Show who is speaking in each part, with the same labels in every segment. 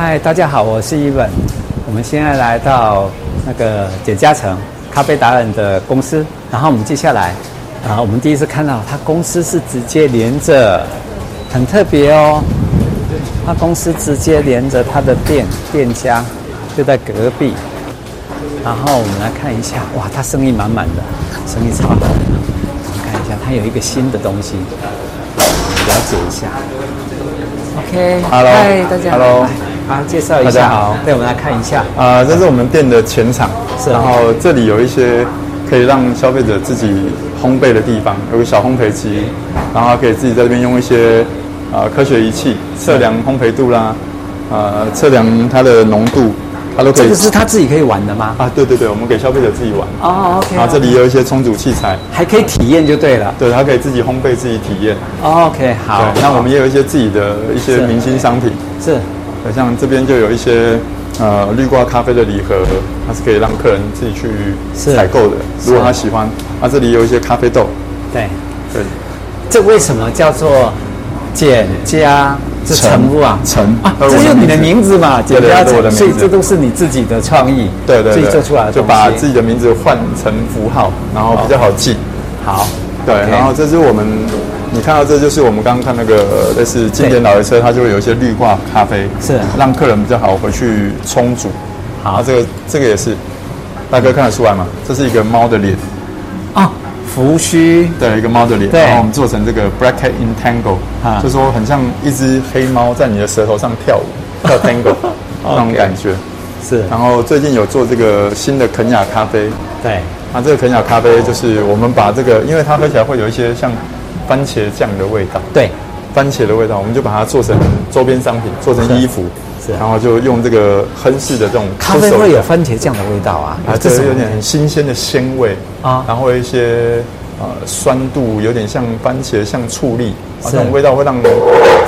Speaker 1: 嗨，大家好，我是伊本。我们现在来到那个简嘉诚咖啡达人的公司，然后我们接下来，啊、我们第一次看到他公司是直接连着，很特别哦。他公司直接连着他的店店家，就在隔壁。然后我们来看一下，哇，他生意满满的，生意超好的。我们看一下，他有一个新的东西，了解一下。
Speaker 2: OK，
Speaker 3: Hello，
Speaker 2: 嗨，大家好
Speaker 3: Hello，
Speaker 1: 啊，介绍一
Speaker 3: 大
Speaker 1: 下，
Speaker 3: 家好
Speaker 1: 对，我们来看一下。
Speaker 3: 啊、这是我们店的前场，
Speaker 1: 是
Speaker 3: 然后这里有一些可以让消费者自己烘焙的地方，有个小烘焙机，然后他可以自己在这边用一些呃科学仪器测量烘焙度啦，呃，测量它的浓度，它都可
Speaker 1: 这
Speaker 3: 以
Speaker 1: 个。是他自己可以玩的吗？
Speaker 3: 啊，对对对，我们给消费者自己玩。
Speaker 1: 哦，OK，
Speaker 3: 然后这里也有一些冲煮器材，
Speaker 1: 还可以体验就对了。
Speaker 3: 对，它可以自己烘焙、自己体验。
Speaker 1: 哦 OK，好，
Speaker 3: 对，那我们也有一些自己的一
Speaker 1: 是
Speaker 3: 些明星商品。
Speaker 1: 是
Speaker 3: 呃像这边就有一些呃绿挂咖啡的礼盒，它是可以让客人自己去
Speaker 1: 是
Speaker 3: 采购的，
Speaker 1: 是
Speaker 3: 如果他喜欢。啊，这里有一些咖啡豆，
Speaker 1: 对，
Speaker 3: 对，
Speaker 1: 这为什么叫做简家？是
Speaker 3: 陈
Speaker 1: 陈屋啊，
Speaker 3: 陈
Speaker 1: 啊，
Speaker 3: 都
Speaker 1: 这就
Speaker 3: 是
Speaker 1: 是
Speaker 3: 我的
Speaker 1: 你的名字嘛，简
Speaker 3: 对对
Speaker 1: 家
Speaker 3: 这是我的
Speaker 1: 陈，所以
Speaker 3: 名字
Speaker 1: 这都是你自己的创意，
Speaker 3: 对对
Speaker 1: 自己
Speaker 3: 对，
Speaker 1: 做出来的
Speaker 3: 就
Speaker 1: 东西。
Speaker 3: 把自己的名字换成符号，然后比较好记。
Speaker 1: 好，
Speaker 3: 对
Speaker 1: OK
Speaker 3: 然后这是我们，你看到这就是我们刚刚看那个呃类似经典老爷车，它就会有一些绿挂咖啡，
Speaker 1: 是
Speaker 3: 让客人比较好回去冲煮。
Speaker 1: 好
Speaker 3: 啊这个这个也是，大哥看得出来吗？这是一个猫的脸，
Speaker 1: 哦，胡须
Speaker 3: 对，一个猫的脸，
Speaker 1: 对
Speaker 3: 然后我们做成这个 bracket entangle，、
Speaker 1: 啊
Speaker 3: 就说很像一只黑猫在你的舌头上跳舞，跳 tango 那种感觉。
Speaker 1: 是，
Speaker 3: 然后最近有做这个新的肯雅咖啡，
Speaker 1: 对，
Speaker 3: 那这个肯雅咖啡就是我们把这个，因为它喝起来会有一些像番茄酱的味道，
Speaker 1: 对，
Speaker 3: 番茄的味道，我们就把它做成周边商品，做成衣服，
Speaker 1: 是
Speaker 3: 然后就用这个亨氏的这种
Speaker 1: 咖啡
Speaker 3: Costco
Speaker 1: 会有
Speaker 3: 的
Speaker 1: 番茄酱的味道啊，
Speaker 3: 啊，
Speaker 1: 这
Speaker 3: 这
Speaker 1: 是
Speaker 3: 是有点很新鲜的鲜味
Speaker 1: 啊
Speaker 3: 啊，然后有一些呃酸度，有点像番茄，像醋栗，啊，
Speaker 1: 是
Speaker 3: 这种味道会让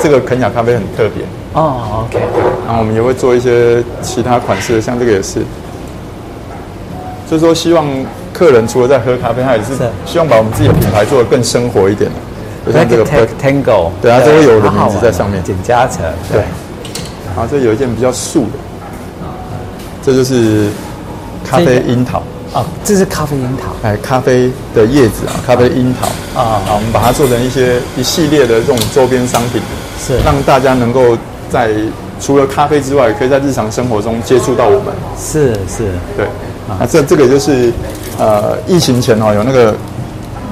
Speaker 3: 这个肯雅咖啡很特别。
Speaker 1: 哦，OK，
Speaker 3: 然后我们也会做一些其他款式，像这个也是，就是说希望客人除了在喝咖啡，他也是
Speaker 1: 是
Speaker 3: 希望把我们自己的品牌做得更生活一点，就像这个
Speaker 1: Black
Speaker 3: Black-
Speaker 1: Tango，
Speaker 3: 对它都会有我的
Speaker 1: 好好
Speaker 3: 名
Speaker 1: 玩
Speaker 3: 字在
Speaker 1: 哦
Speaker 3: 上面
Speaker 1: 简嘉诚，
Speaker 3: 对，然后这有一件比较素的，这就是咖
Speaker 1: 这
Speaker 3: 啡
Speaker 1: 个
Speaker 3: 樱桃。
Speaker 1: 哦，这是咖啡樱桃。
Speaker 3: 哎，咖啡的叶子啊，咖啡樱桃
Speaker 1: 啊
Speaker 3: 啊，好，我们把它做成一些一系列的这种周边商品，
Speaker 1: 是
Speaker 3: 让大家能够在除了咖啡之外，也可以在日常生活中接触到我们。
Speaker 1: 是是，
Speaker 3: 对，啊，这这个就是呃，疫情前哦，有那个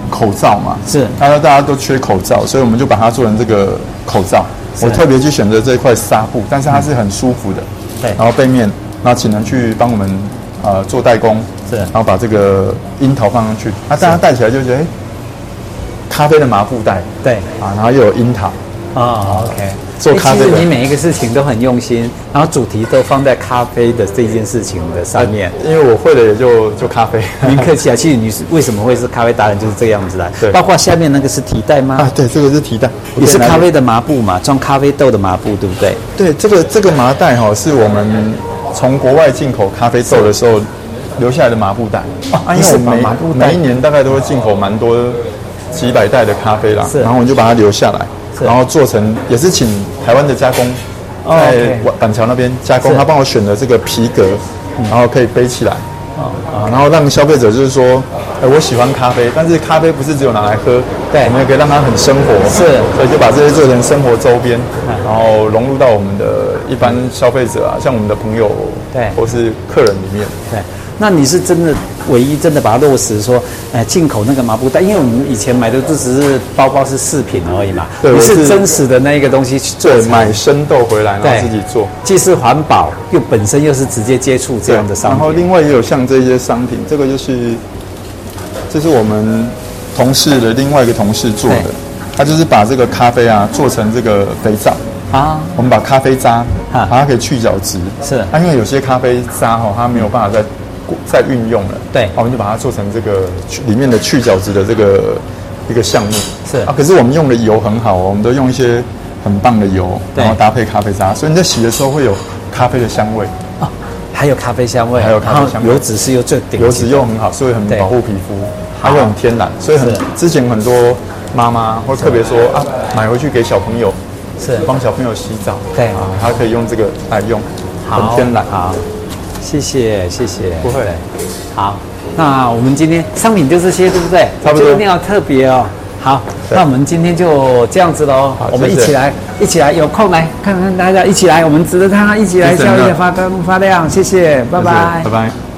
Speaker 3: 口罩嘛，
Speaker 1: 是
Speaker 3: 大家大家都缺口罩，所以我们就把它做成这个口罩。我特别去选择这一块纱布，但是它是很舒服的。
Speaker 1: 对
Speaker 3: 然后背面，然后请人去帮我们呃做代工，
Speaker 1: 是
Speaker 3: 然后把这个樱桃放上去，那大家戴起来就觉得，哎，咖啡的麻布袋
Speaker 1: 对，
Speaker 3: 啊，然后又有樱桃，
Speaker 1: 哦，OK。
Speaker 3: 做咖啡的
Speaker 1: 其实你每一个事情都很用心，然后主题都放在咖啡的这件事情的上面。
Speaker 3: 因为我会的也就就咖啡。
Speaker 1: 您客气啊，其实你是为什么会是咖啡达人就是这样子的
Speaker 3: 对，
Speaker 1: 包括下面那个是提袋吗
Speaker 3: 啊？，对，这个是提袋，
Speaker 1: 也是
Speaker 3: 我可以拿
Speaker 1: 咖
Speaker 3: 给
Speaker 1: 啡的麻布嘛，装咖啡豆的麻布，对不对？
Speaker 3: 对，这个这个麻袋哈、是我们从国外进口咖啡豆的时候留下来的麻布袋。啊
Speaker 1: 你
Speaker 3: 因为
Speaker 1: 是
Speaker 3: 我们每
Speaker 1: 把麻布袋
Speaker 3: 每一年大概都会进口蛮多几百袋的咖啡啦，
Speaker 1: 是
Speaker 3: 然后我们就把它留下来，
Speaker 1: 是
Speaker 3: 然后做成也是请台湾的加工，
Speaker 1: 哦
Speaker 3: 在
Speaker 1: OK
Speaker 3: 板桥那边加工，
Speaker 1: 是嗯
Speaker 3: 他帮我选的这个皮革，然后可以背起来。
Speaker 1: 哦
Speaker 3: 啊，然后让消费者就是说，哎，我喜欢咖啡，但是咖啡不是只有拿来喝，
Speaker 1: 对
Speaker 3: 我们也可以让它很生活，
Speaker 1: 是
Speaker 3: 所以就把这些做成生活周边，
Speaker 1: 嗯
Speaker 3: 然后融入到我们的一般消费者啊，像我们的朋友，
Speaker 1: 对
Speaker 3: 或是客人里面。
Speaker 1: 对，那你是真的唯一真的把它落实说，呃，进口那个麻布袋，因为我们以前买的都只是包包是饰品而已嘛，
Speaker 3: 对
Speaker 1: 你
Speaker 3: 我
Speaker 1: 是
Speaker 3: 是
Speaker 1: 真实的那一个东西去做
Speaker 3: 对，
Speaker 1: 成
Speaker 3: 买生豆回来，然
Speaker 1: 对
Speaker 3: 后自己做。
Speaker 1: 既是环保，又本身又是直接接触这样的商
Speaker 3: 然后
Speaker 1: 品。
Speaker 3: 另外也有像这些商品，这个就是，这是我们同事的另外一个同事做的
Speaker 1: 对，
Speaker 3: 他就是把这个咖啡啊做成这个肥皂。
Speaker 1: 啊，
Speaker 3: 我们把咖啡渣，
Speaker 1: 啊
Speaker 3: 把它可以去角质。
Speaker 1: 是
Speaker 3: 那、因为有些咖啡渣哈、哦，它没有办法再过再运用了。
Speaker 1: 对
Speaker 3: 啊我们就把它做成这个去里面的去角质的这个一个项目。
Speaker 1: 是
Speaker 3: 啊，可是我们用的油很好哦，我们都用一些很棒的油，
Speaker 1: 对
Speaker 3: 然后搭配咖啡渣，所以你在洗的时候会有咖啡的香味，
Speaker 1: 哦，还有咖啡香味，
Speaker 3: 还有咖啡香味
Speaker 1: 然后油脂是又最顶级的
Speaker 3: 油脂又很好，所以很
Speaker 1: 对
Speaker 3: 保护皮肤，它又很天然，所以很
Speaker 1: 是
Speaker 3: 之前很多妈妈会特别说啊，买回去给小朋友。
Speaker 1: 是
Speaker 3: 帮小朋友洗澡，
Speaker 1: 对
Speaker 3: 啊，他可以用这个来用，很天然。
Speaker 1: 好，谢谢谢谢，
Speaker 3: 不会
Speaker 1: 对好，那我们今天商品就这些，对不对？
Speaker 3: 差不多
Speaker 1: 就一定要特别哦。好，
Speaker 3: 对
Speaker 1: 那我们今天就这样子喽
Speaker 3: 好。
Speaker 1: 我们一
Speaker 3: 谢谢
Speaker 1: 起来，一起来，有空来看看大家，一起来，我们值得大家一起来
Speaker 3: 谢谢
Speaker 1: 笑一
Speaker 3: 呢
Speaker 1: 下，发光发亮。谢谢，拜拜
Speaker 3: 谢谢拜。拜。